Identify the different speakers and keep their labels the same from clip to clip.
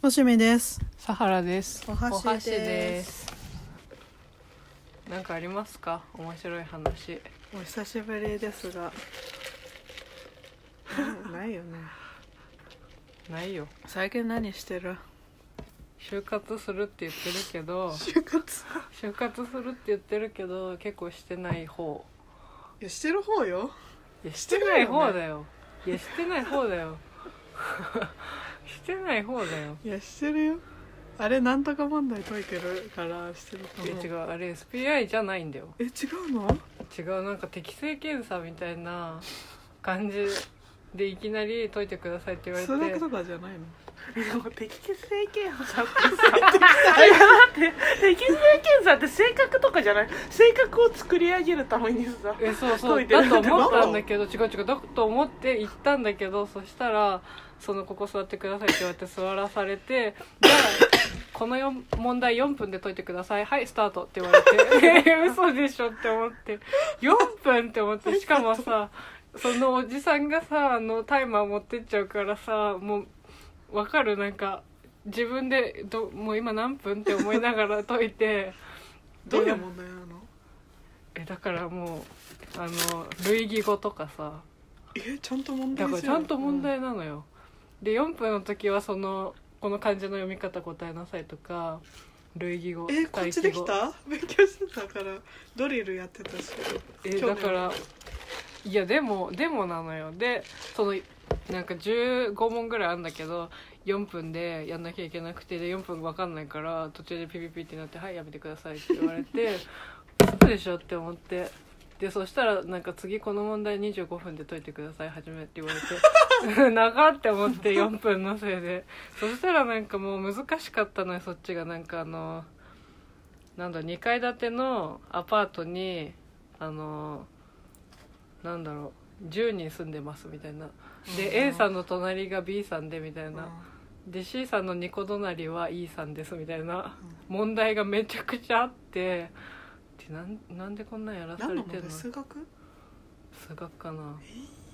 Speaker 1: ほしみです。
Speaker 2: サハラです。
Speaker 1: お箸です
Speaker 2: す。なんかありますか？面白い話。
Speaker 1: お久しぶりですが。なないよね。
Speaker 2: ないよ。
Speaker 1: 最近何してる。
Speaker 2: 就活するって言ってるけ ど、
Speaker 1: 就活。
Speaker 2: 就活するって言ってるけど結構してない方。
Speaker 1: いや、してる方よ。
Speaker 2: いやしてない方だよ。いやしてない方だよ。 してない方だよ。
Speaker 1: いや、してるよ。あれ、なんとか問題解いてるから、してると
Speaker 2: い
Speaker 1: 思う。
Speaker 2: や違うあれ SPI じゃないんだよ。
Speaker 1: え、違うの。
Speaker 2: 違うなんか適正検査みたいな感じでいきなり解いてくださいって言われて。
Speaker 1: 数学とかじゃないの。
Speaker 2: でも適正検査ってさ
Speaker 3: いやだって適正検査って性格とかじゃない性格を作り上げるためにさ
Speaker 2: えそうそ
Speaker 3: 解
Speaker 2: う
Speaker 3: いてる
Speaker 2: だと思ったんだけど違う違うだと思って行ったんだけどそしたらそのここ座ってくださいって言われて座らされてじゃあこのよん問題4分で解いてくださいはいスタートって言われて えー嘘でしょって思って4分って思ってしかもさそのおじさんがさあのタイマー持ってっちゃうからさもうわかるなんか自分でどもう今何分って思いながら解いて
Speaker 1: どういう問題なの。
Speaker 2: えだからもうあの類義語とかさ
Speaker 1: え、ちゃんと問
Speaker 2: だ
Speaker 1: 題
Speaker 2: から
Speaker 1: じ
Speaker 2: ち
Speaker 1: ゃん。
Speaker 2: ゃんと問題なのよ、で4分の時はそのこの漢字の読み方答えなさいとか類義語
Speaker 1: え、こっちでき
Speaker 2: 対
Speaker 1: た。勉強してたから。ドリルやってたし。
Speaker 2: 義語えだからいやでもでもなのよでそのなんか15問ぐらいあるんだけど4分でやんなきゃいけなくてで4分分かんないから途中でピピピってなって「はいやめてください」って言われて「そうでしょ」って思ってでそしたらなんか次この問題25分で解いてください始めって言われて 長って思って4分のせいでそしたらなんかもう難しかったのよそっちがなんかあのなんだ2階建てのアパートにあのなんだろう10人住んでますみたいなで A さんの隣が B さんでみたいな、で C さんの2個隣は E さんですみたいな問題がめちゃくちゃあってでなんなんでこんなんやらさ
Speaker 1: 何の
Speaker 2: れて
Speaker 1: 問
Speaker 2: んの
Speaker 1: 題、数学。
Speaker 2: 数学かな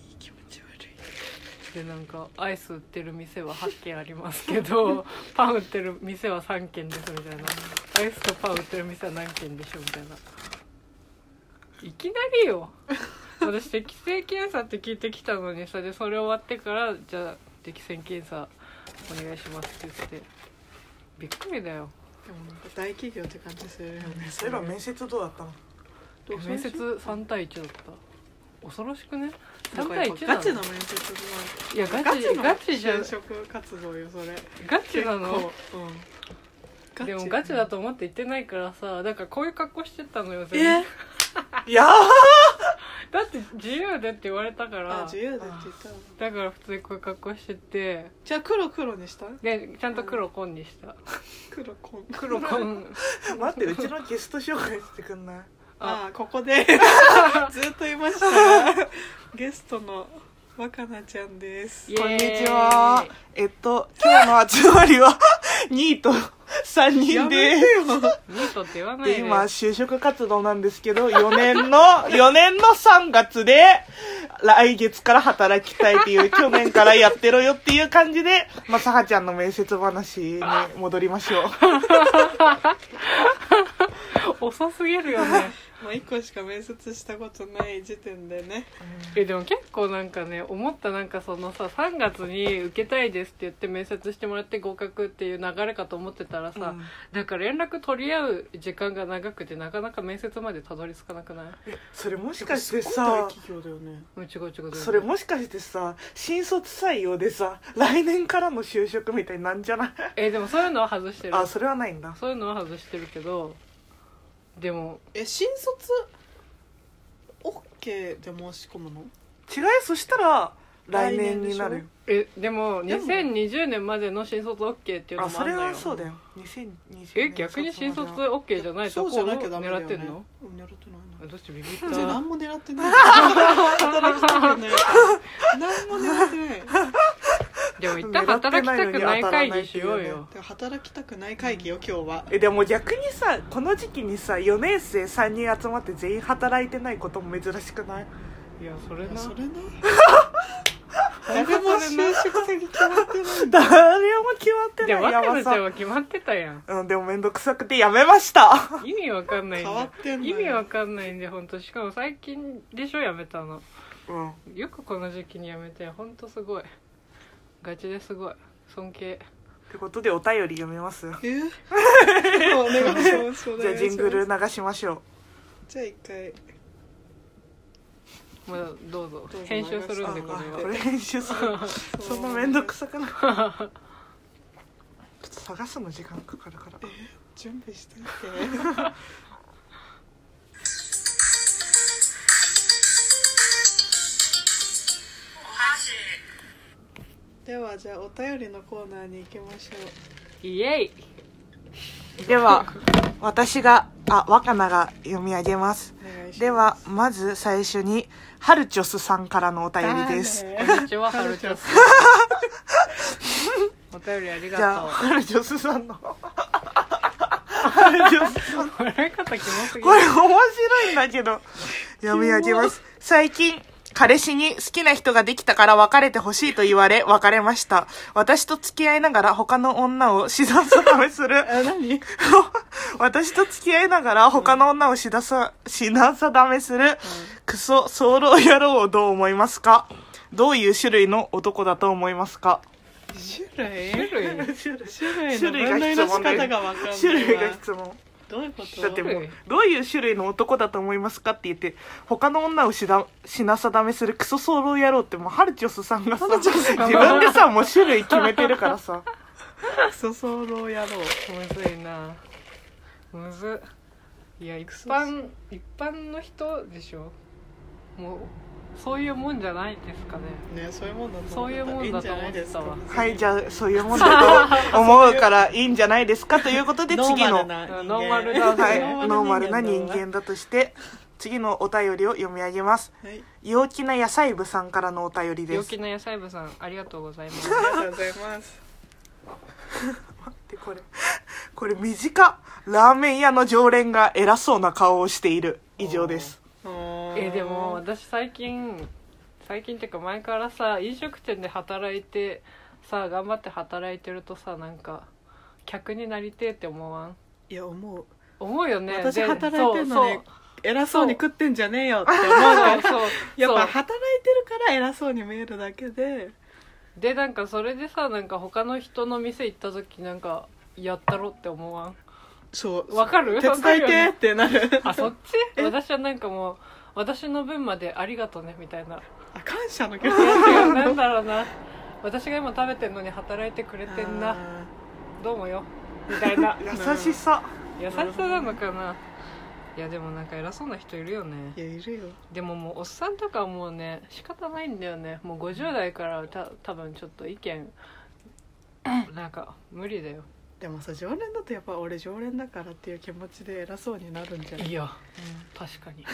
Speaker 2: い
Speaker 1: い気持ち悪い。
Speaker 2: でなんかアイス売ってる店は8軒ありますけ どパン売ってる店は3軒ですみたいなアイスとパン売ってる店は何軒でしょみたいないきなりよ私適正検査って聞いてきたのにそれでそれ終わってからじゃあ適正検査お願いしますって言ってびっくりだよ
Speaker 1: でもなんか大企業って感じするよね。
Speaker 3: そういえば面接どうだったの
Speaker 1: どうする
Speaker 2: 面接3対1だった恐ろしくね
Speaker 1: なんか
Speaker 2: 3対
Speaker 1: やっぱ
Speaker 2: 1な
Speaker 1: ガ
Speaker 2: の
Speaker 1: チの面接
Speaker 2: いやガ
Speaker 1: なんて
Speaker 2: チガチじゃ
Speaker 1: 就職活動よそれ
Speaker 2: ガチなの
Speaker 1: 結構うんガ
Speaker 2: でもガチだと思って言ってないからさだからこういう格好してったのよ
Speaker 1: え
Speaker 2: 全部
Speaker 3: いや
Speaker 2: だって自由でって言われたか
Speaker 1: あ
Speaker 2: ら
Speaker 1: 自由だって言ったの
Speaker 2: だから普通にこういう格好してて
Speaker 1: じゃあ黒黒にした
Speaker 2: でちゃんと黒紺にした
Speaker 1: 黒こん
Speaker 2: 黒紺
Speaker 3: ー待ってうちのゲスト紹介してくんない
Speaker 2: あ
Speaker 1: あここ でずっといましたがゲストの若菜ちゃんです
Speaker 2: イエーイ
Speaker 3: こんにちはえっと今日の集まりは 2と3人で
Speaker 2: ニートって言わない
Speaker 3: で
Speaker 2: で
Speaker 3: 今就職活動なんですけど4年の4年 の3月で来月から働きたいっていう去年からやってろよっていう感じでまあさはちゃんの面接話に戻りましょう
Speaker 2: 遅すぎるよね
Speaker 1: まあ一個しか面接したことない時点でね
Speaker 2: えでも結構なんかね思ったなんかそのさ3月に受けたいですって言って面接してもらって合格っていう流れかと思ってたらさ、
Speaker 3: うん
Speaker 2: だから連絡取り合う時間が長くてなかなか面接までたどり着かなくない
Speaker 3: それもしかして
Speaker 1: すごい
Speaker 3: さ
Speaker 1: 大企業だよね
Speaker 2: うん違う違う全然
Speaker 3: それもしかしてさ新卒採用でさ来年からの就職みたいになんじゃない
Speaker 2: えでもそういうのは外してる
Speaker 3: あそれはないんだ
Speaker 2: そういうのは外してるけどでも
Speaker 1: え新卒 OK で申し込むの
Speaker 3: 違いそしたら来年になるよ
Speaker 2: えでも
Speaker 1: でも
Speaker 2: 2020年までの新卒 OK っていうの
Speaker 3: あ
Speaker 2: も
Speaker 3: そ
Speaker 2: あ
Speaker 3: れ
Speaker 2: るのよ
Speaker 3: はそうだよ2020年
Speaker 2: え逆に新卒 OK じゃないと
Speaker 1: そう
Speaker 2: こ
Speaker 1: じゃ
Speaker 2: を
Speaker 1: なきゃダメだよ
Speaker 2: 狙
Speaker 1: ね
Speaker 2: ってんの
Speaker 1: うん狙ってないな
Speaker 2: あどうしてビビっ
Speaker 1: じゃあ
Speaker 2: た
Speaker 1: 何も狙ってない働きたくない何も狙って ない
Speaker 2: でも一旦働きたくない会議しようよ
Speaker 1: で働きたくない会議よ今日は
Speaker 3: えでも逆にさこの時期にさ4年生3人集まって全員働いてないことも珍しくない
Speaker 2: いやそれ
Speaker 1: いや
Speaker 2: な
Speaker 1: それな誰も就職先決まってないんだ
Speaker 3: 誰も決まって
Speaker 2: で
Speaker 3: ない
Speaker 2: 若
Speaker 3: 山
Speaker 2: 菜ちゃん
Speaker 3: さ
Speaker 2: は決まってたやん
Speaker 3: ん、うん、でも面倒くさくてやめました
Speaker 2: 意味わかんないん
Speaker 1: 変わ
Speaker 2: だ
Speaker 1: ってんの
Speaker 2: 意
Speaker 1: よ
Speaker 2: 味わかんないんで本当しかも最近でしょやめたの
Speaker 3: うん
Speaker 2: よくこの時期にやめて本当すごいガチですごい尊敬
Speaker 3: ってことでお便り読みます
Speaker 1: えお願いしますお
Speaker 3: じゃあ
Speaker 1: 願いしま
Speaker 3: ジ
Speaker 1: す
Speaker 3: ングル流しましょう
Speaker 1: じゃあ一回
Speaker 2: まあどうぞ
Speaker 1: どうぞ
Speaker 2: 編集するんで
Speaker 1: あ
Speaker 2: こ
Speaker 3: あ
Speaker 2: れ
Speaker 3: こ
Speaker 2: は
Speaker 3: れ編集するそんな面倒くさくないちょっと探すの時間かかるから
Speaker 1: 準備してみてではじゃあお便りのコーナーに行きましょ
Speaker 2: イエイ
Speaker 3: では私があ若菜が読み上げます
Speaker 1: うお願いします
Speaker 3: ではまず最初にハルチョスさんからのお便りです
Speaker 1: だ
Speaker 2: こん
Speaker 1: ね
Speaker 2: にちははるちゃんお便りあり
Speaker 3: じゃあ
Speaker 2: が
Speaker 3: ハルチョスさんのハルチョス
Speaker 2: とう 笑い方キモすぎ
Speaker 3: こ
Speaker 2: る
Speaker 3: れ面白いんだけど読み上げます最近彼氏に好きな人ができたから別れてほしいと言われ別れました私と付き合いながら他の女をしださめする
Speaker 1: あ何
Speaker 3: 私と付き合いながら他の女をしださ、 しなさだめする、クソ、早漏野郎をどう思いますかどういう種類の男だと思いますか
Speaker 1: 種
Speaker 2: 種
Speaker 1: 類
Speaker 2: 類
Speaker 3: 種類
Speaker 1: 種類の分類の仕方が分かんない
Speaker 3: 種類が質問。
Speaker 1: どういうこと
Speaker 3: だってもう、どういう種類の男だと思いますかって言って、他の女をしだ、しなさだめするクソ早漏野郎ってもう、ハルチョスさんがさ、自分でさ、もう種類決めてるから さ。
Speaker 1: クソソロ野郎
Speaker 2: むずいなむずいや一般一般の人でしょもうそういうもんじゃないですかね
Speaker 1: ねそういうもんだと思
Speaker 2: そういうもんだと思ってたわ
Speaker 3: はい、じゃあ、そういうもんだと思うからいいんじゃないですかということで、次の。
Speaker 2: ノーマ ルな
Speaker 3: はい、
Speaker 2: ノ
Speaker 3: ノーマルな人間だとして次のお便りを読み上げます
Speaker 1: はい
Speaker 3: 陽気な野菜部さんからのお便りで
Speaker 2: 陽
Speaker 3: す
Speaker 2: 気な野菜部さんありがとうございます
Speaker 1: ありがとうございます
Speaker 3: でこれ これ短っラーメン屋の常連が偉そうな顔をしている以上です
Speaker 2: えでも私最近最近っていうか前からさ飲食店で働いてさ頑張って働いてるとさなんか客になりてえって思わん
Speaker 1: いや思う
Speaker 2: 思うよね
Speaker 1: 私
Speaker 2: で
Speaker 1: 働いてんのに偉そうに食ってんじゃねえよって思う
Speaker 2: そう
Speaker 1: か
Speaker 2: そう
Speaker 1: ら
Speaker 2: そう
Speaker 1: やっ
Speaker 2: そ
Speaker 1: ぱ
Speaker 2: う
Speaker 1: 働いてるから偉そうに見えるだけで
Speaker 2: でなんかそれでさなんか他の人の店行った時なんかやったろって思わん
Speaker 1: そう
Speaker 2: わかる
Speaker 1: 手伝い
Speaker 2: わか
Speaker 1: て
Speaker 2: るよ
Speaker 1: っ
Speaker 2: ね
Speaker 1: てなる
Speaker 2: あそっち私はなんかもう私の分までありがとねみたいな
Speaker 1: あ感謝の気持
Speaker 2: いや違う なんだろうな私が今食べてんのに働いてくれてんなどうもよみたいな
Speaker 3: 優しさ
Speaker 2: 優しさなのかないやでもなんか偉そうな人いるよね
Speaker 1: いやいるよ
Speaker 2: でももうおっさんとかはもうね仕方ないんだよねもう50代からた多分ちょっと意見 なんか無理だよ
Speaker 1: でもさ常連だとやっぱ俺常連だからっていう気持ちで偉そうになるんじゃない
Speaker 2: いや確かに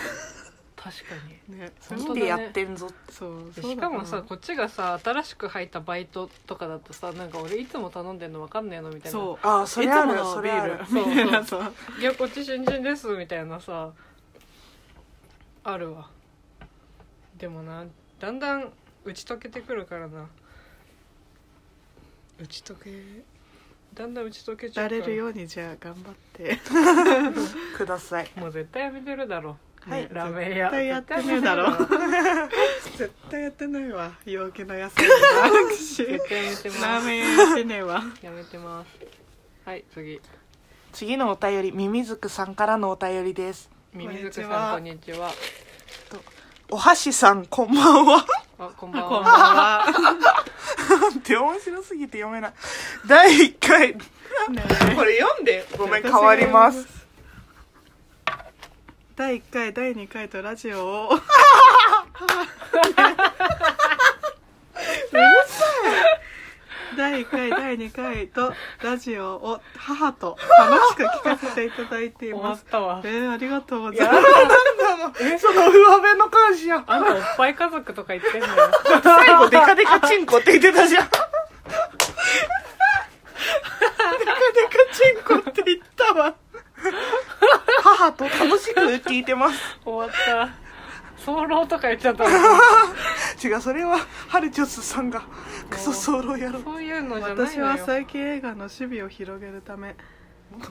Speaker 2: 確かに
Speaker 1: ね
Speaker 2: 本
Speaker 3: 見
Speaker 2: 当だね
Speaker 3: てやってんぞ
Speaker 1: そう
Speaker 2: で
Speaker 1: そう
Speaker 2: し
Speaker 1: だ
Speaker 2: からもさこっちがさ新しく入ったバイトとかだとさなんか俺いつも頼んでんの分かんねえのみたいな
Speaker 1: そう
Speaker 3: あーそれある
Speaker 1: いつもの
Speaker 3: そ
Speaker 1: ビ
Speaker 3: れある
Speaker 1: ールみたいなさ
Speaker 2: いやこっち新人ですみたいなさあるわでもなだんだん打ち解けてくるからな
Speaker 1: 打ち解け
Speaker 2: だんだん打ち解けちゃ
Speaker 1: ら
Speaker 2: うから
Speaker 1: れるようにじゃあ頑張って
Speaker 3: ください
Speaker 2: もう絶対やめてるだろ、
Speaker 1: はい
Speaker 2: ねラーメン屋
Speaker 1: 絶対やってねえだろ
Speaker 2: 絶
Speaker 1: 絶対やってないわ陽気な野 菜の握
Speaker 2: 対やめて
Speaker 1: 手
Speaker 2: ま
Speaker 1: ラー
Speaker 2: す
Speaker 1: メン屋やってねえ わ
Speaker 2: やめてますはい次
Speaker 3: 次のお便りミミズクさんからのお便りです
Speaker 2: みみずくさんこ
Speaker 1: こ
Speaker 2: ん
Speaker 1: ん
Speaker 2: にちは
Speaker 3: おはしさんこんばんは
Speaker 2: あこんばん
Speaker 1: こんばん
Speaker 2: は
Speaker 1: は
Speaker 3: なんて面白すぎて読めない第1回
Speaker 1: ね
Speaker 3: これ読んでごめん
Speaker 1: 私
Speaker 3: 変
Speaker 1: が
Speaker 3: わります
Speaker 1: 第1回第2回とラジオを第1回第2回とラジオを母と楽しく聞かせていただいてい
Speaker 2: 終わ
Speaker 1: ま
Speaker 2: っ
Speaker 1: す
Speaker 2: たわ
Speaker 1: えー、ありがとうご
Speaker 3: いや
Speaker 1: ざい
Speaker 3: な
Speaker 1: ま
Speaker 3: ん
Speaker 1: す
Speaker 3: なのその上辺の感謝
Speaker 2: あんたおっぱい家族とか言ってんのよ
Speaker 3: 最後デカデカチンコって言ってたじゃんデカデカチンコって言ったわ母と楽しく聞いてます
Speaker 2: 終わった早漏とか言っちゃった
Speaker 3: 違うそれはハルチョスさんがクソソロやろう
Speaker 2: そういうのじゃないのよ
Speaker 1: 私は最近映画の守備を広げるため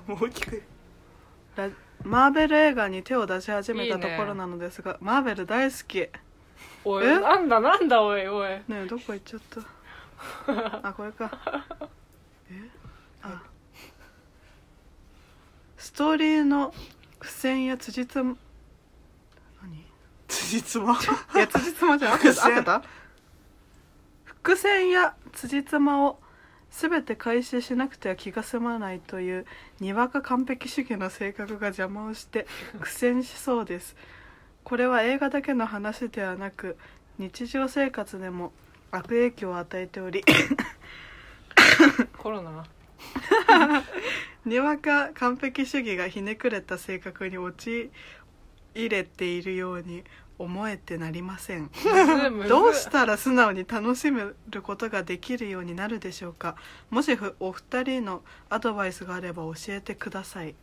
Speaker 3: もう大きく
Speaker 1: ラマーベル映画に手を出し始めた
Speaker 2: いい
Speaker 1: と
Speaker 2: ね
Speaker 1: ころなのですがマーベル大好きね
Speaker 2: おい
Speaker 1: え
Speaker 2: なんだなんだおいおい
Speaker 1: えどこ行っちゃったあこれかえあストーリーの付箋や辻つま何
Speaker 3: 辻褄
Speaker 1: いや辻褄じゃん合って
Speaker 3: 伏
Speaker 1: た
Speaker 3: 線
Speaker 1: 合ってた伏線や辻褄を全て回収しなくては気が済まないというにわか完璧主義の性格が邪魔をして苦戦しそうですこれは映画だけの話ではなく日常生活でも悪影響を与えてお り
Speaker 2: コロナ
Speaker 1: にわか完璧主義がひねくれた性格に陥れているように思えてなりません どうしたら素直に楽しめることができるようになるでしょうかもしふお二人のアドバイスがあれば教えてください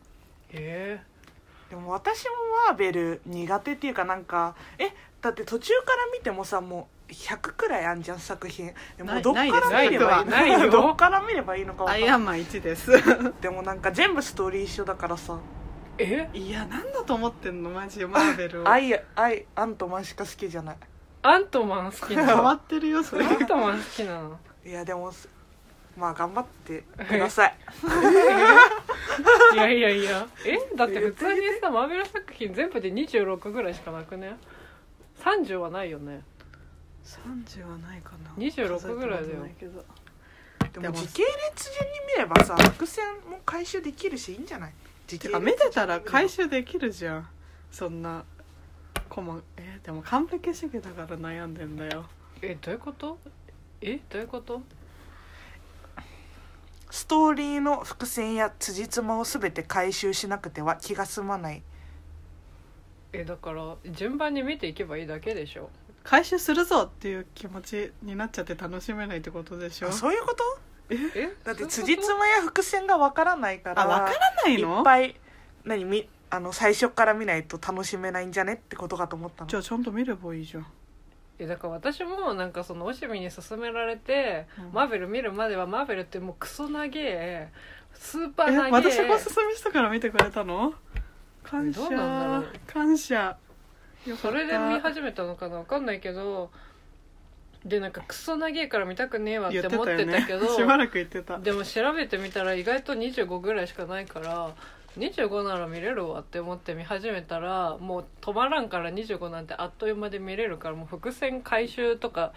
Speaker 2: え
Speaker 3: でも私もマーベル苦手っていうかなんかえだって途中から見てもさもう100くらいあんじゃん作品でも
Speaker 1: な
Speaker 3: う
Speaker 1: い
Speaker 3: どっか
Speaker 1: な
Speaker 3: ら
Speaker 1: い
Speaker 3: 見れ
Speaker 1: です
Speaker 3: ばいい
Speaker 2: ないですない
Speaker 3: の
Speaker 2: よ
Speaker 3: どっから見ればいいのかわ
Speaker 1: ア
Speaker 3: かん
Speaker 1: イ
Speaker 3: な
Speaker 1: ア
Speaker 3: い
Speaker 1: ンマン1です
Speaker 3: でもなんか全部ストーリー一緒だからさ
Speaker 2: ー、え
Speaker 1: いやなんだと思ってんのマ ジマーベルを
Speaker 3: アイアイアントマンしか好きじゃない
Speaker 2: アントマン好きな
Speaker 1: 変 わ
Speaker 2: の
Speaker 1: ってるよそれ
Speaker 2: アントマン好きなの
Speaker 3: いやでもまあ頑張ってください
Speaker 2: いやいやいやえだって普通にさマーベル作品全部で26ぐらいしかなくね30はないよね
Speaker 1: 30はないかな
Speaker 2: 26ぐらいだ
Speaker 1: 数え
Speaker 2: よ
Speaker 1: てもなけど
Speaker 3: でも時系列順に見ればさ伏線も回収できるしいいんじゃない時
Speaker 1: て
Speaker 3: 系
Speaker 1: か
Speaker 3: 列
Speaker 1: 見てたら回収できるじゃんそんなコマえでも完璧主義だから悩んでんだよ
Speaker 2: えどういうことえどういうこと
Speaker 3: ストーリーの伏線や辻褄を全て回収しなくては気が済まない
Speaker 2: えだから順番に見ていけばいいだけでしょ
Speaker 1: 回収するぞっていう気持ちになっちゃって楽しめないってことでしょ
Speaker 3: あそういうこと
Speaker 2: え
Speaker 3: だって
Speaker 2: そう
Speaker 3: 辻
Speaker 2: いうこと
Speaker 3: 褄や伏線がわからないから
Speaker 1: あわからないの
Speaker 3: いっぱい何みあの最初から見ないと楽しめないんじゃねってことかと思ったの
Speaker 1: じゃあちゃんと見ればいいじゃん
Speaker 2: えだから私もなんかそのオシミに勧められて、
Speaker 1: うん
Speaker 2: マーベル見るまではマーベルってもうクソ長えスーパー
Speaker 1: え
Speaker 2: 長え
Speaker 1: 私がおすすめしたから見てくれたの感謝
Speaker 2: どうなんだろう
Speaker 1: 感謝よかった
Speaker 2: それで見始めたのかなわかんないけどでなんかクソ長えから見たくねえわっ
Speaker 1: 言
Speaker 2: て思ってたけど
Speaker 1: よね しばらく言ってた
Speaker 2: でも調べてみたら意外と25ぐらいしかないから25なら見れるわって思って見始めたらもう止まらんから25なんてあっという間で見れるからもう伏線回収とか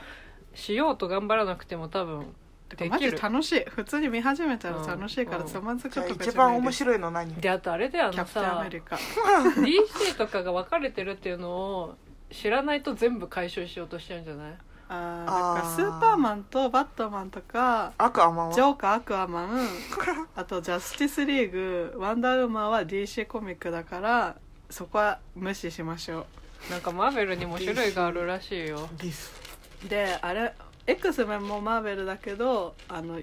Speaker 2: しようと頑張らなくても多分
Speaker 1: てか
Speaker 2: で
Speaker 1: マ
Speaker 2: き
Speaker 1: ジ
Speaker 2: る
Speaker 1: 楽しい普通に見始めたら楽しいから
Speaker 2: うん
Speaker 1: つまずく
Speaker 3: じ
Speaker 1: と
Speaker 3: ゃあ
Speaker 1: かじゃない
Speaker 3: 一番面
Speaker 1: い
Speaker 3: 白いの何
Speaker 2: であとあれだよあ
Speaker 1: キャ
Speaker 2: の
Speaker 1: プテンア
Speaker 2: さ
Speaker 1: メリカ
Speaker 2: DC とかが分かれてるっていうのを知らないと全部回収しようとしてるんじゃない
Speaker 1: あ
Speaker 3: あー
Speaker 1: ーなんかスーパーマンとバットマンとか
Speaker 3: アクアマン
Speaker 1: ジ
Speaker 3: は
Speaker 1: ョーカーアクアマンあとジャスティスリーグワンダーウーマンは DC コミックだからそこは無視しましょ
Speaker 2: なんかマーベルにも種類があるらしいよ
Speaker 3: ディス
Speaker 1: うであれ X メンもマーベルだけどあの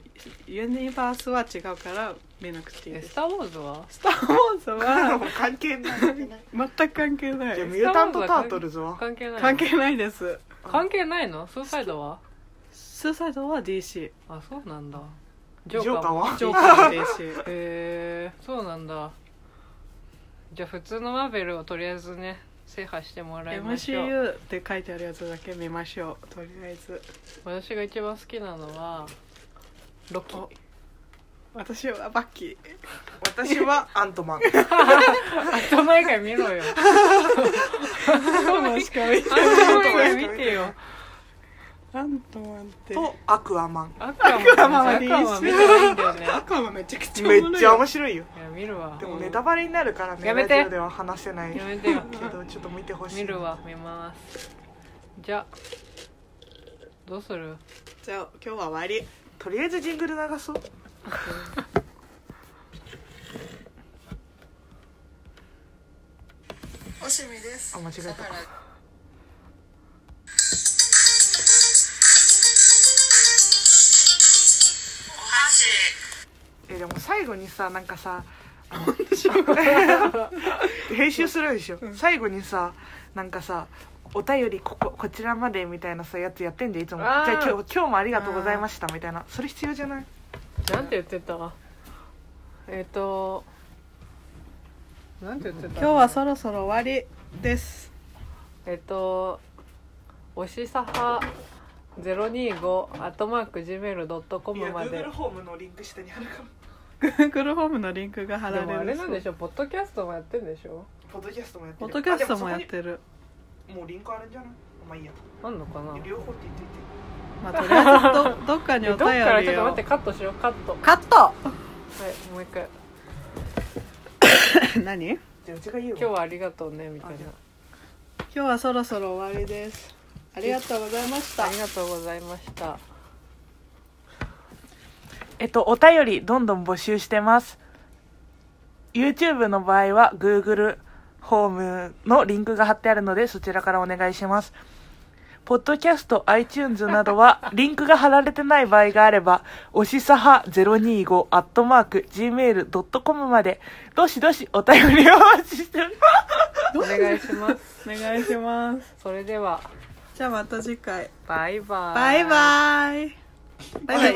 Speaker 1: ユニバースは違うから見なくていい
Speaker 2: え
Speaker 1: で
Speaker 2: ス
Speaker 1: す
Speaker 2: ター・ウォーズは
Speaker 1: スター・ウォーズは
Speaker 3: もう関係ない関係ない
Speaker 1: 全く関係な
Speaker 3: じゃあミ
Speaker 1: い
Speaker 3: ュータント・タートルズは
Speaker 2: 関係ないの
Speaker 1: 関係ないです
Speaker 2: 関係ないのスーサイドは
Speaker 1: スーサイドは DC
Speaker 2: あそうなんだ
Speaker 3: ジョーカーは
Speaker 1: ジョーカーは DC
Speaker 2: へえそうなんだじゃあ普通のマーベルをとりあえずね制覇してもらいましょう
Speaker 1: MCU って書いてあるやつだけ見ましょうとりあえず
Speaker 2: 私が一番好きなのはロキ
Speaker 1: お私はバッキー
Speaker 3: 私はアントマン
Speaker 2: 頭以外見ろよ頭以
Speaker 1: しか見て
Speaker 2: 外見てよ
Speaker 1: アントマンって
Speaker 3: とアクアマン
Speaker 2: アクア
Speaker 1: アクアマ
Speaker 2: マ
Speaker 1: ンは
Speaker 2: ン見てないアクアマン見てないんだよね
Speaker 1: アクアマンめちゃく ちゃ
Speaker 3: めっ
Speaker 1: おもろい
Speaker 3: ちゃ
Speaker 1: よ
Speaker 3: 面白いよ
Speaker 2: いや見るわ
Speaker 3: でもネタバレになるからね
Speaker 2: やめて
Speaker 3: ラジオでは話せないけ
Speaker 2: やめてよ
Speaker 3: どちょっと見てほしい
Speaker 2: 見るわ見ますじゃあどうする
Speaker 1: じゃあ今日は終わり
Speaker 3: とりあえずジングル流そう
Speaker 4: おしみです
Speaker 3: あ間違えた
Speaker 4: だから
Speaker 3: えでも最後にさなんかさあの 編集するでしょ最後にさなんかさお便りこここちらまでみたいなさやつやってんでいつもじ
Speaker 2: あー
Speaker 3: ゃあ今日今日もありがとうございましたみたいなそれ必要じゃない
Speaker 2: なんて言ってたえっ、となんて言ってた
Speaker 1: 今日はそろそろ終わりです
Speaker 2: えっと、おしさは025アットマーク Gmail.com まで。
Speaker 3: ホームのリンク下にある かも
Speaker 1: Google ホームのリンクが貼
Speaker 2: で
Speaker 1: られる
Speaker 2: もあれなんで
Speaker 1: ょ
Speaker 2: しょポッドキャストもやってんでしょ
Speaker 3: ポッドキャストもやっ
Speaker 1: ポッドキャストもやってる
Speaker 3: もうリンクあるんじゃないまあいいや
Speaker 2: あんのかな
Speaker 3: 両方って言っていて
Speaker 1: まあとりあえずどどっかに
Speaker 2: ど
Speaker 1: お
Speaker 2: っ
Speaker 1: 便
Speaker 2: から ちょっ
Speaker 1: り
Speaker 2: と待っ
Speaker 1: を
Speaker 2: てカットしようカット。は
Speaker 1: カッ
Speaker 2: い、もう一回。
Speaker 1: ト何今
Speaker 3: じゃあうちが言う
Speaker 2: 今日はありがとうね、みたいな。
Speaker 1: 日はそろそろ終わりですありがとうございました
Speaker 2: ありがとうございました。
Speaker 3: えっと、お便りどんどん募集してます。YouTube の場合は Google ホームのリンクが貼ってあるのでそちらからお願いします。ポッドキャスト、iTunes などはリンクが貼られてない場合があれば、おしさは025アットマーク gmail.com までどしどしお便りをお待ちしております。
Speaker 2: お願いします。
Speaker 1: お願いします
Speaker 2: それでは、
Speaker 1: じゃあまた次回
Speaker 2: バイバイ。
Speaker 1: バイバイバイバイ